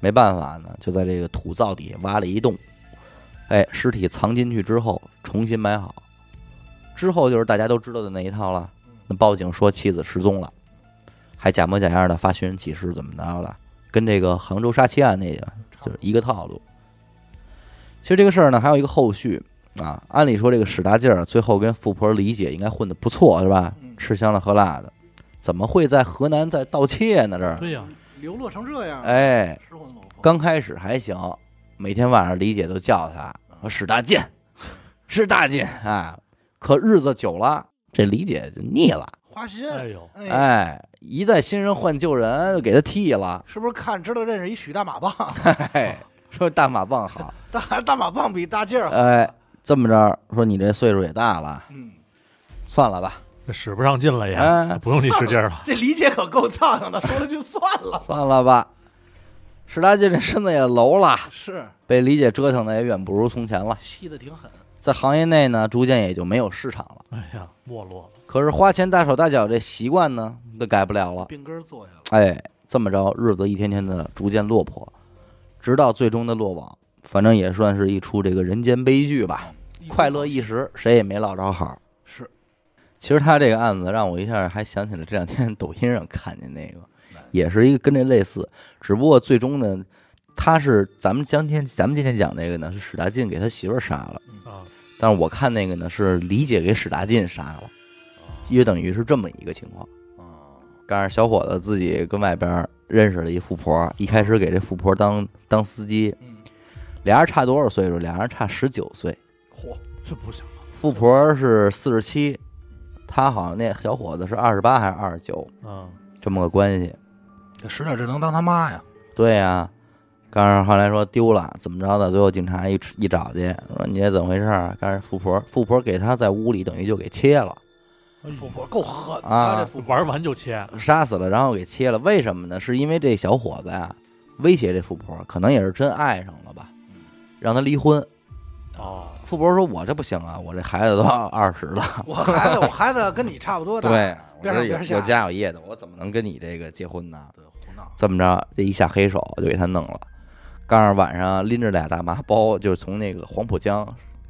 Speaker 1: 没办法呢，就在这个土灶底下挖了一洞，哎，尸体藏进去之后重新埋好，之后就是大家都知道的那一套了。那报警说妻子失踪了，还假模假样的发寻人启事，怎么着的，跟这个杭州杀妻案那个
Speaker 2: 差
Speaker 1: 就
Speaker 2: 不
Speaker 1: 是
Speaker 2: 多
Speaker 1: 一个套路。其实这个事儿呢，还有一个后续啊。按理说，这个史大劲儿最后跟富婆李姐应该混得不错，是吧
Speaker 2: 嗯？
Speaker 1: 吃香了喝辣的，怎么会在河南在盗窃呢？这儿，
Speaker 3: 对呀，
Speaker 2: 流落成这样，，
Speaker 1: 哎，
Speaker 2: 失魂落魄。
Speaker 1: 刚开始还行，每天晚上李姐都叫他说史大劲，史大劲啊。可日子久了，这李姐就腻了，
Speaker 2: 花心，
Speaker 3: 哎呦，
Speaker 2: 哎，
Speaker 1: 哎，一代新人换旧人，就给他替了，
Speaker 2: 是不是看知道认识一许大马棒？
Speaker 1: 哎，说大马棒好， 哎
Speaker 2: 大大马棒比大劲儿好。
Speaker 1: 哎，这么着说你这岁数也大了。
Speaker 2: 嗯，
Speaker 1: 算了吧，
Speaker 3: 这使不上劲了也，
Speaker 1: 哎
Speaker 3: 不用你使劲儿了。
Speaker 4: 这理解可够苍蝇的，说了就算了。
Speaker 1: 算了吧。石大进这身子也楼了，
Speaker 2: 是
Speaker 1: 被理解折腾的也远不如从前了。
Speaker 4: 吸的挺狠，
Speaker 1: 在行业内呢，逐渐也就没有市场了。
Speaker 3: 哎呀，没落了，
Speaker 1: 可是花钱大手大脚这习惯呢，都改不了了。
Speaker 4: 病根儿坐下了。
Speaker 1: 哎，这么着，日子一天天的逐渐落魄，直到最终的落网。反正也算是一出这个人间悲剧吧。快乐一时，谁也没落着好。
Speaker 4: 是，
Speaker 1: 其实他这个案子让我一下还想起了这两天抖音上看见那个
Speaker 4: 哎，
Speaker 1: 也是一个跟这类似，只不过最终呢，他是咱们今天咱们今天讲这个呢是史大进给他媳妇儿杀了，
Speaker 3: 啊，
Speaker 1: 但是我看那个呢是李姐给史大进杀了，约等于是这么一个情况。
Speaker 4: 啊，
Speaker 1: 赶上小伙子自己跟外边儿认识了一富婆，一开始给这富婆当当司机，
Speaker 4: 嗯，
Speaker 1: 俩人差多少岁数？俩人差十九岁。
Speaker 4: 嚯，
Speaker 3: 这不小，
Speaker 1: 富婆是四十七，他好像那小伙子是二十八还是二十九，
Speaker 3: 嗯，
Speaker 1: 这么个关系。
Speaker 2: 这使点这能当他妈呀？
Speaker 1: 对呀、刚上后来说丢了，怎么着的？最后警察一一找去，说你这怎么回事儿？但是富婆，富婆给他在屋里等于就给切了，
Speaker 3: 哎
Speaker 4: 富
Speaker 3: 呦
Speaker 4: 婆够狠
Speaker 1: 啊
Speaker 4: 这富婆
Speaker 3: 玩完就切，
Speaker 1: 杀死了，然后给切了。为什么呢？是因为这小伙子呀、威胁这富婆，可能也是真爱上了吧，让他离婚。
Speaker 2: 啊
Speaker 4: 哦，
Speaker 1: 富婆说：“我这不行啊，我这孩子都二十了，
Speaker 4: 我孩子，我孩子跟你差不多大，
Speaker 1: 对，我
Speaker 4: 边
Speaker 1: 这
Speaker 4: 上
Speaker 1: 有
Speaker 4: 边
Speaker 1: 有
Speaker 4: 下，
Speaker 1: 家有业的，我怎么能跟你这个结婚呢？”
Speaker 4: 对，胡闹，
Speaker 1: 这么着，这一下黑手就给他弄了。刚上晚上拎着俩大麻包，就是从那个黄浦江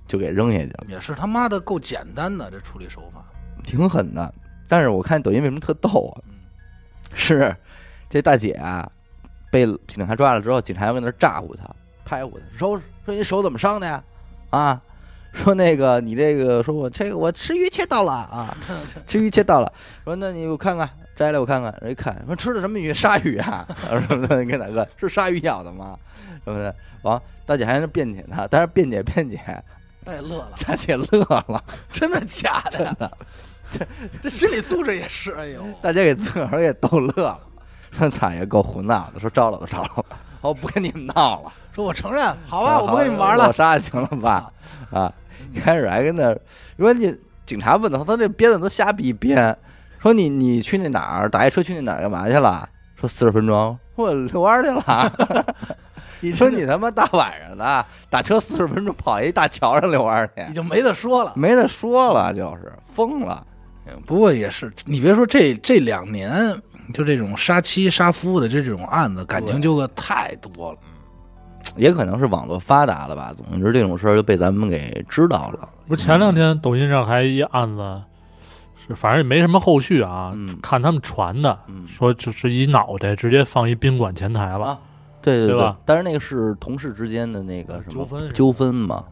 Speaker 1: 就给扔下去了，
Speaker 2: 也是他妈的够简单的这处理手法，
Speaker 1: 挺狠的。但是我看抖音为什么特逗啊？
Speaker 4: 嗯，
Speaker 1: 是这大姐啊，被警察抓了之后，警察又在那儿咋呼她，拍呼她，手说你手怎么伤的呀？啊，说那个你这个，说我这个我吃鱼切到了啊， 吃鱼切到了。说那你我看看，摘来我看看，人一看说吃的什么鱼？鲨鱼啊？ 什么的？跟大哥是鲨鱼咬的吗？什么的？完，大姐还在那辩解呢，但是辩解辩解，
Speaker 4: 太乐了，
Speaker 1: 大姐乐了。
Speaker 4: 真的假的？真的，这这心理素质也是，哎
Speaker 2: 嗯
Speaker 4: 呦，
Speaker 1: 大家给自个儿也逗乐了，说惨也够胡闹的，说招了吧招了 吧，我哦不跟你们闹 了，
Speaker 4: 说我承认，好
Speaker 2: 嗯
Speaker 4: 吧，我不跟你们玩
Speaker 1: 我
Speaker 4: 了，
Speaker 1: 杀行了吧？啊，一开始还跟那儿，因为你警察问他，他这编的都瞎逼编，说你你去那哪儿打一车去那哪儿干嘛去了？说四十 分钟，我遛弯儿去了。你说你他妈大晚上的打车四十分钟跑一大桥上遛弯儿去
Speaker 4: 已，经没得说了，
Speaker 1: 没得说了，就是疯了。
Speaker 2: 嗯不过也是，你别说这这两年，就这种杀妻杀夫的这种案子，感情纠葛太多了。
Speaker 1: 也可能是网络发达了吧，总之这种事儿就被咱们给知道了。
Speaker 3: 不是前两天抖音上还一案子，是反正也没什么后续啊，
Speaker 1: 嗯
Speaker 3: 看他们传的，
Speaker 1: 嗯
Speaker 3: 说就是一脑袋直接放一宾馆前台了，
Speaker 1: 啊对对
Speaker 3: 对吧
Speaker 1: 但是那个是同事之间的那个什么
Speaker 3: 纠纷是吧
Speaker 1: 纠纷嘛，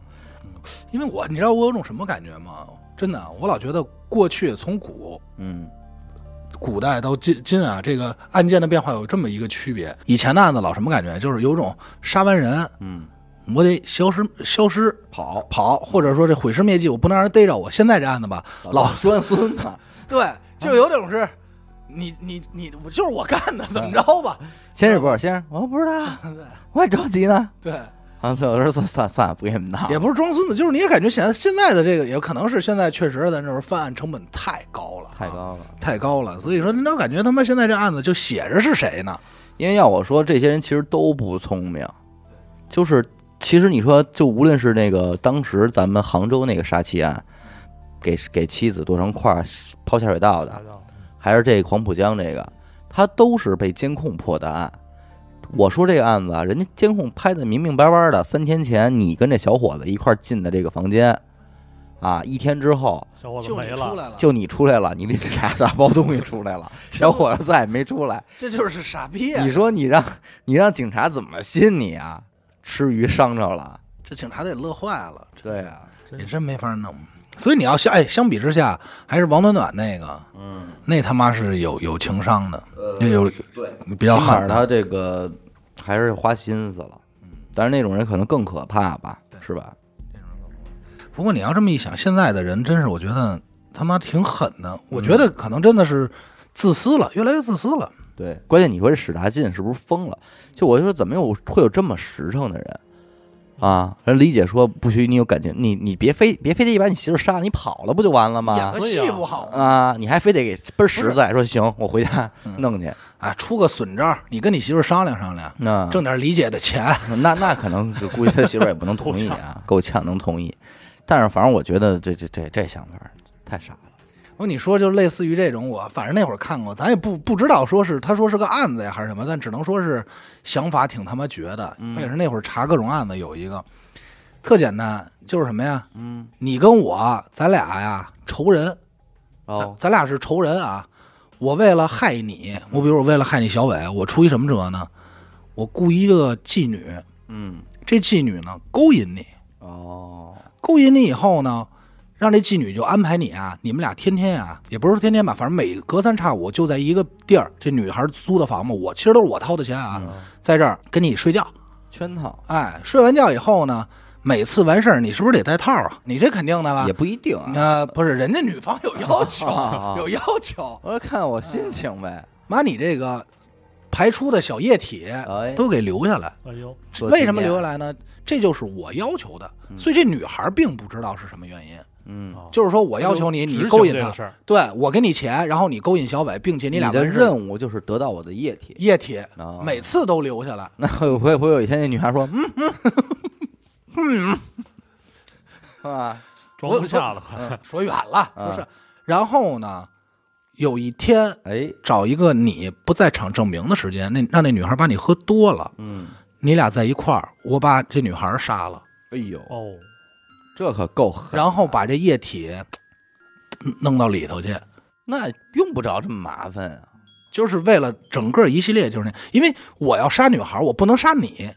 Speaker 2: 因为我，你知道我有种什么感觉吗？真的，我老觉得过去从古
Speaker 1: 嗯
Speaker 2: 古代到今今啊，这个案件的变化有这么一个区别。以前的案子老什么感觉？就是有种杀完人，
Speaker 1: 嗯，
Speaker 2: 我得消失消失
Speaker 1: 跑
Speaker 2: 跑，或者说这毁尸灭迹，我不能让人逮着我。现在这案子吧，老
Speaker 1: 拴孙子，
Speaker 2: 对，就有种是，你你你，我就是我干的，怎么着吧？
Speaker 1: 先生不是先生，我不知道，我还着急呢。
Speaker 2: 对，
Speaker 1: 啊，所以我说算算算了，不跟你们闹
Speaker 2: 也
Speaker 1: 了。
Speaker 2: 不是装孙子，就是你也感觉现在现在的这个，也可能是现在确实咱这边犯案成本太高了，啊
Speaker 1: 太高了，
Speaker 2: 太高了，所以说你老感觉他妈现在这案子就写着是谁呢？
Speaker 1: 因为要我说，这些人其实都不聪明，就是其实你说，就无论是那个当时咱们杭州那个杀妻案，给给妻子剁成块儿抛下水道的
Speaker 3: 查，到
Speaker 1: 还是这黄浦江这个，他都是被监控破的案。我说这个案子啊，人家监控拍的明明白白的，三天前你跟这小伙子一块儿进的这个房间，啊，一天之后
Speaker 3: 小伙子
Speaker 2: 就你
Speaker 3: 没
Speaker 2: 出
Speaker 3: 了，
Speaker 2: 来了，
Speaker 1: 就你出来了，你拎着俩大包东西出来了，小伙子再也没出来，
Speaker 2: 这就是傻逼、啊
Speaker 1: 你！说你让你让警察怎么信你啊？吃鱼伤着了，
Speaker 2: 这警察得乐坏了，
Speaker 1: 对啊，
Speaker 3: 真
Speaker 2: 也
Speaker 3: 是
Speaker 2: 真没法弄。所以你要相哎，相比之下，还是王暖暖那个，
Speaker 1: 嗯，
Speaker 2: 那他妈是有有情商的，呃那有
Speaker 1: 呃对，
Speaker 2: 比较
Speaker 1: 起码
Speaker 2: 狠的。嗯
Speaker 1: 他这个还是花心思了，但是那种人可能更可怕吧，是吧？
Speaker 2: 不过你要这么一想，现在的人真是，我觉得他妈挺狠
Speaker 3: 嗯
Speaker 2: 的。我觉得可能真的是自私了，越来越自私了。
Speaker 1: 对，关键你说这史大进是不是疯了？就我就说怎么有会有这么实诚的人？啊，人理解说不许你有感情，你你别非别非得把你媳妇杀了，你跑了不就完了
Speaker 4: 演
Speaker 1: 吗
Speaker 4: 个？
Speaker 3: 对
Speaker 4: 戏
Speaker 3: 呀
Speaker 4: 不好吗？
Speaker 1: 啊，你还非得给倍儿实在，说行，我回家弄去。
Speaker 2: 哎，出个损招儿，你跟你媳妇儿商量商量，
Speaker 3: 嗯
Speaker 1: 那
Speaker 2: 挣点理解的钱。
Speaker 1: 那那可能是估计他媳妇儿也不能同意 啊，够呛能同意。但是反正我觉得这这这这想法儿太傻了。
Speaker 2: 我说你说就类似于这种，我反正那会儿看过，咱也不不知道说是他说是个案子呀还是什么，但只能说是想法挺他妈绝的。
Speaker 3: 嗯
Speaker 2: 我也是那会儿查各种案子，有一个特简单，就是什么呀？
Speaker 1: 嗯，
Speaker 2: 你跟我咱俩呀仇人，
Speaker 1: 哦，
Speaker 2: 咱咱俩是仇人啊！我为了害你，我比如我为了害你小伟，我出一什么辙呢？我雇一个妓女，
Speaker 1: 嗯，
Speaker 2: 这妓女呢勾引你，
Speaker 1: 哦，
Speaker 2: 勾引你以后呢，让这妓女就安排你啊，你们俩天天啊，也不是说天天吧，反正每隔三差五就在一个地儿，这女孩租的房嘛，我其实都是我掏的钱啊，
Speaker 1: 嗯
Speaker 2: 在这儿跟你睡觉，
Speaker 1: 圈套
Speaker 2: 哎，睡完觉以后呢，每次完事儿你是不是得戴套啊？你这肯定的吧
Speaker 1: 也？不一定啊。
Speaker 2: 呃，不是，人家女方有要求，
Speaker 1: 啊
Speaker 2: 有要求，
Speaker 1: 我说看我心情呗。
Speaker 2: 把你这个排出的小液体
Speaker 1: 哎，
Speaker 2: 都给留下来。
Speaker 3: 哎呦，
Speaker 1: 做
Speaker 2: 为
Speaker 1: 纪
Speaker 2: 什么
Speaker 1: 念
Speaker 2: 留下？来呢？这就是我要求的，所以这女孩并不知道是什么原因。
Speaker 1: 嗯，
Speaker 2: 就是说我要求你，
Speaker 3: 哦执
Speaker 2: 你
Speaker 3: 行
Speaker 2: 勾引
Speaker 3: 这个
Speaker 2: 他，
Speaker 3: 事儿，
Speaker 2: 对我给你钱，然后你勾引小伟，并且
Speaker 1: 你
Speaker 2: 俩
Speaker 1: 的
Speaker 2: 完事
Speaker 1: 任务就是得到我的液体。
Speaker 2: 液体，
Speaker 1: 啊
Speaker 2: 每次都留下来。
Speaker 1: 那会不会会有一天那女孩说，嗯 嗯啊，
Speaker 3: 装
Speaker 2: 我
Speaker 3: 不下了，快
Speaker 2: 说远了，
Speaker 1: 啊
Speaker 2: 不是。然后呢，有一天
Speaker 1: 哎，
Speaker 2: 找一个你不在场证明的时间，那让那女孩把你喝多了，
Speaker 1: 嗯，
Speaker 2: 你俩在一块儿，我把这女孩杀了，
Speaker 1: 哎呦，
Speaker 3: 哦，
Speaker 1: 这可够狠。啊
Speaker 2: 然后把这液体嗯弄到里头去，
Speaker 1: 那用不着这么麻烦啊。
Speaker 2: 就是为了整个一系列，就是那，因为我要杀女孩，我不能杀你，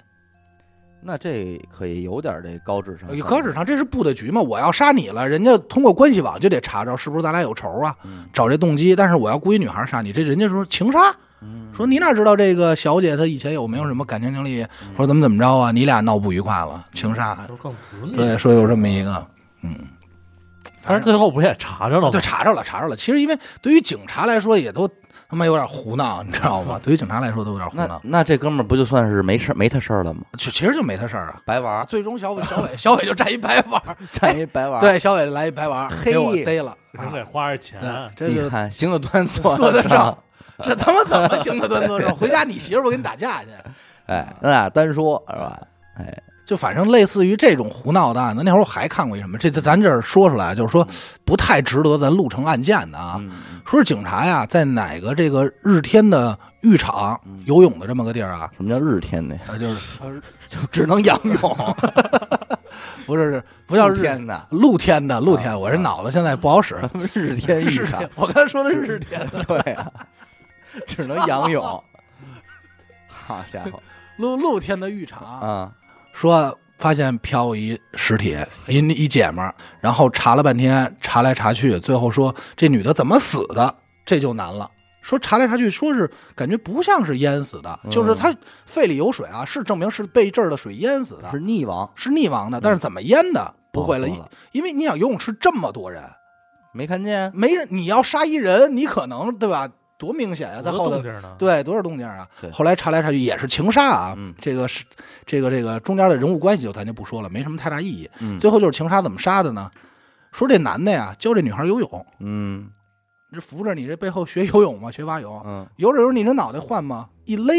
Speaker 1: 那这可以有点这高智商，
Speaker 2: 呃高智商，这是布的局嘛？我要杀你了，人家通过关系网就得查着是不是咱俩有仇啊，
Speaker 1: 嗯
Speaker 2: 找这动机。但是我要故意女孩杀你，这人家说情杀，
Speaker 1: 嗯
Speaker 2: 说你哪知道这个小姐她以前有没有什么感情经历，或者怎么怎么着啊？你俩闹不愉快了，情杀。
Speaker 3: 就是更直
Speaker 1: 嗯
Speaker 3: 面。
Speaker 2: 对，说有这么一个，嗯，
Speaker 3: 但是最后不也查着了吗？
Speaker 2: 哦对，查着了，查着了。其实因为对于警察来说，也都他妈有点胡闹，你知道 吗？对于警察来说都有点胡
Speaker 1: 那
Speaker 2: 闹，
Speaker 1: 那这哥们儿不就算是没事没他事儿了吗？
Speaker 2: 就其实就没他事儿啊。
Speaker 1: 白玩儿，
Speaker 2: 最终小伟小伟 小伟就占一白 碗儿，
Speaker 1: 占一白 玩儿。
Speaker 2: 对，小伟来一白碗儿，给我
Speaker 1: 嘿
Speaker 2: 逮了。啊
Speaker 3: 人得花着钱，
Speaker 2: 对，这就
Speaker 1: 你看行得端，坐
Speaker 2: 坐
Speaker 1: 得
Speaker 2: 得上。这他妈怎么行得端 坐正？回家你媳妇儿不跟你打架去？
Speaker 1: 哎，咱俩单说是吧？哎，
Speaker 2: 就反正类似于这种胡闹的案子，那会儿我还看过一什么，这这咱这儿说出来，啊就是说不太值得咱录成案件的啊。
Speaker 1: 嗯
Speaker 2: 说是警察呀，在哪个这个日天的浴场游泳的这么个地儿啊，
Speaker 1: 什么叫日天的呀？
Speaker 2: 呃，就是
Speaker 1: 就 只能 仰泳，
Speaker 2: 不是是不
Speaker 1: 不叫
Speaker 2: 叫日
Speaker 1: 天的，
Speaker 2: 露天的露
Speaker 1: 啊
Speaker 2: 天，我这脑子现在不好使。
Speaker 1: 日天浴
Speaker 2: 日
Speaker 1: 场
Speaker 2: 天，，我刚才说的是日天，
Speaker 1: 对啊， 只能仰泳。好家伙
Speaker 2: 露露天的浴场
Speaker 1: 啊！
Speaker 2: 说发现漂一尸体，一一姐们儿，然后查了半天，查来查去，最后说这女的怎么死的，这就难了。说查来查去，说是感觉不像是淹死的，
Speaker 1: 嗯
Speaker 2: 就是她肺里有水啊，是证明是被这儿的水淹死的
Speaker 1: 啊是，溺亡，
Speaker 2: 是溺亡的，但是怎么淹的不会了
Speaker 1: 哦，了，
Speaker 2: 因为你想游泳池这么多人，
Speaker 1: 没看见啊
Speaker 2: 没人，你要杀一人，你可能对吧？多明显呀、
Speaker 3: 有
Speaker 2: 在
Speaker 3: 多
Speaker 2: 后头
Speaker 3: 动。静呢？
Speaker 2: 对，多少动静啊
Speaker 1: 对？
Speaker 2: 后来查来查去也是情杀啊，
Speaker 1: 嗯
Speaker 2: 这个是这个这个中间的人物关系就咱就不说了，没什么太大意义。
Speaker 1: 嗯
Speaker 2: 最后就是情杀怎么杀的呢？说这男的呀教这女孩游泳，
Speaker 1: 嗯
Speaker 2: 这扶着你这背后学游泳嘛，学蛙泳，
Speaker 1: 嗯
Speaker 2: 游着游着你这脑袋换嘛，一勒，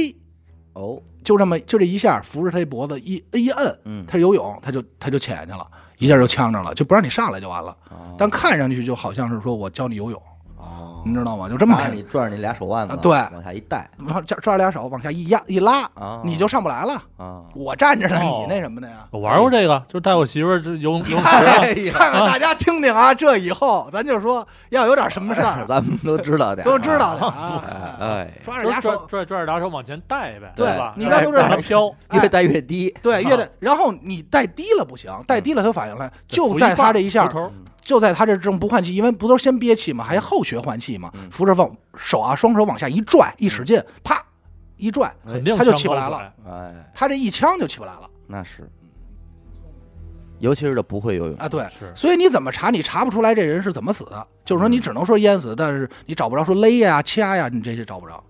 Speaker 1: 哦
Speaker 2: 就这么就这一下扶着他这脖子一一摁，
Speaker 1: 嗯，
Speaker 2: 他游泳他就他就潜下去了，一下就呛着了，就不让你上来就完了。
Speaker 1: 哦
Speaker 2: 但看上去就好像是说我教你游泳，
Speaker 1: 哦
Speaker 2: 你知道吗？就这么
Speaker 1: 拿
Speaker 2: 看
Speaker 1: 着你转着你俩手腕子，
Speaker 2: 啊对
Speaker 1: 往下一带
Speaker 2: 往抓抓俩手往下一压一拉，
Speaker 1: 啊，
Speaker 2: 你就上不来了。
Speaker 1: 啊，
Speaker 2: 我站着呢，
Speaker 3: 哦
Speaker 2: 你那什么的呀？
Speaker 3: 我玩过这个，就带我媳妇儿这 游游泳池啊
Speaker 2: 哎呀，看看大家听听啊，这以后咱就说要有点什么事 儿，
Speaker 1: 咱们都知道点儿，
Speaker 2: 都知道的
Speaker 1: 哎，
Speaker 2: 啊。
Speaker 1: 哎，
Speaker 2: 抓着
Speaker 3: 就
Speaker 2: 俩
Speaker 3: 是拽
Speaker 2: 手，
Speaker 3: 拽拽着俩手往前带呗，
Speaker 2: 对
Speaker 3: 吧？
Speaker 2: 你
Speaker 1: 看
Speaker 3: 让
Speaker 1: 都
Speaker 3: 让
Speaker 1: 这
Speaker 3: 它
Speaker 1: 样
Speaker 3: 飘，
Speaker 2: 哎
Speaker 1: 越带越低，
Speaker 2: 对，
Speaker 3: 啊
Speaker 2: 越得，然后你带低了不行，带低了他反应
Speaker 3: 嗯
Speaker 2: 来，就在他这一下
Speaker 3: 浮，
Speaker 1: 嗯
Speaker 3: 头，嗯
Speaker 2: 就在他这正不换气，因为不都是先憋气嘛，还后学换气嘛，扶着往手啊，双手往下一拽，一
Speaker 3: 嗯
Speaker 2: 使劲，啪，一拽，
Speaker 3: 肯定
Speaker 2: 哎他就
Speaker 3: 呛
Speaker 2: 起不
Speaker 3: 高
Speaker 2: 来
Speaker 3: 水
Speaker 2: 了。
Speaker 1: 哎，
Speaker 2: 他这一枪就起不来了
Speaker 1: 那是，尤其是这不会游泳，
Speaker 2: 啊！对，
Speaker 3: 是
Speaker 2: 所以你怎么查，你查不出来这人是怎么死的，就是说你只能说淹死，但是你找不着说勒呀、掐呀，你这些找不着，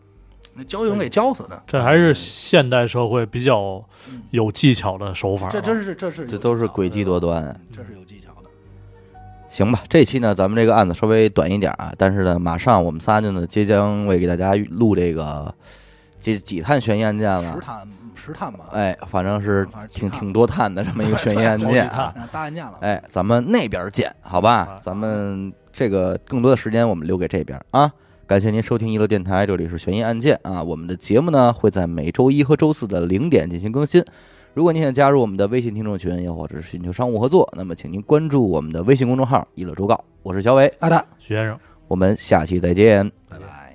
Speaker 2: 那交警给浇死的。
Speaker 3: 这还是现代社会比较有技巧的手法了。
Speaker 2: 这真是这是有
Speaker 1: 这都是
Speaker 2: 技巧的
Speaker 1: 诡计多端啊。
Speaker 2: 这是有技巧的。
Speaker 1: 行吧，这期呢，咱们这个案子稍微短一点啊，但是呢，马上我们仨就呢，即将为给大家录这个这几探悬疑案件
Speaker 2: 实
Speaker 1: 了。
Speaker 2: 探实探吧，
Speaker 1: 哎，反正是
Speaker 2: 反正
Speaker 1: 挺
Speaker 2: 探
Speaker 1: 挺多探的这么一个悬疑案
Speaker 2: 好几
Speaker 1: 件
Speaker 2: 探
Speaker 1: 啊。
Speaker 2: 嗯大案件了。
Speaker 1: 哎，咱们那边见，好吧
Speaker 3: 好？
Speaker 1: 咱们这个更多的时间我们留给这边啊。感谢您收听娱乐电台，这里是悬疑案件啊。我们的节目呢会在每周一和周四的零点进行更新。如果您想加入我们的微信听众群，又或者是寻求商务合作，那么请您关注我们的微信公众号“娱乐周告”。我是小伟，
Speaker 2: 阿达，
Speaker 3: 啊徐先生。
Speaker 1: 我们下期再见。
Speaker 2: 拜拜。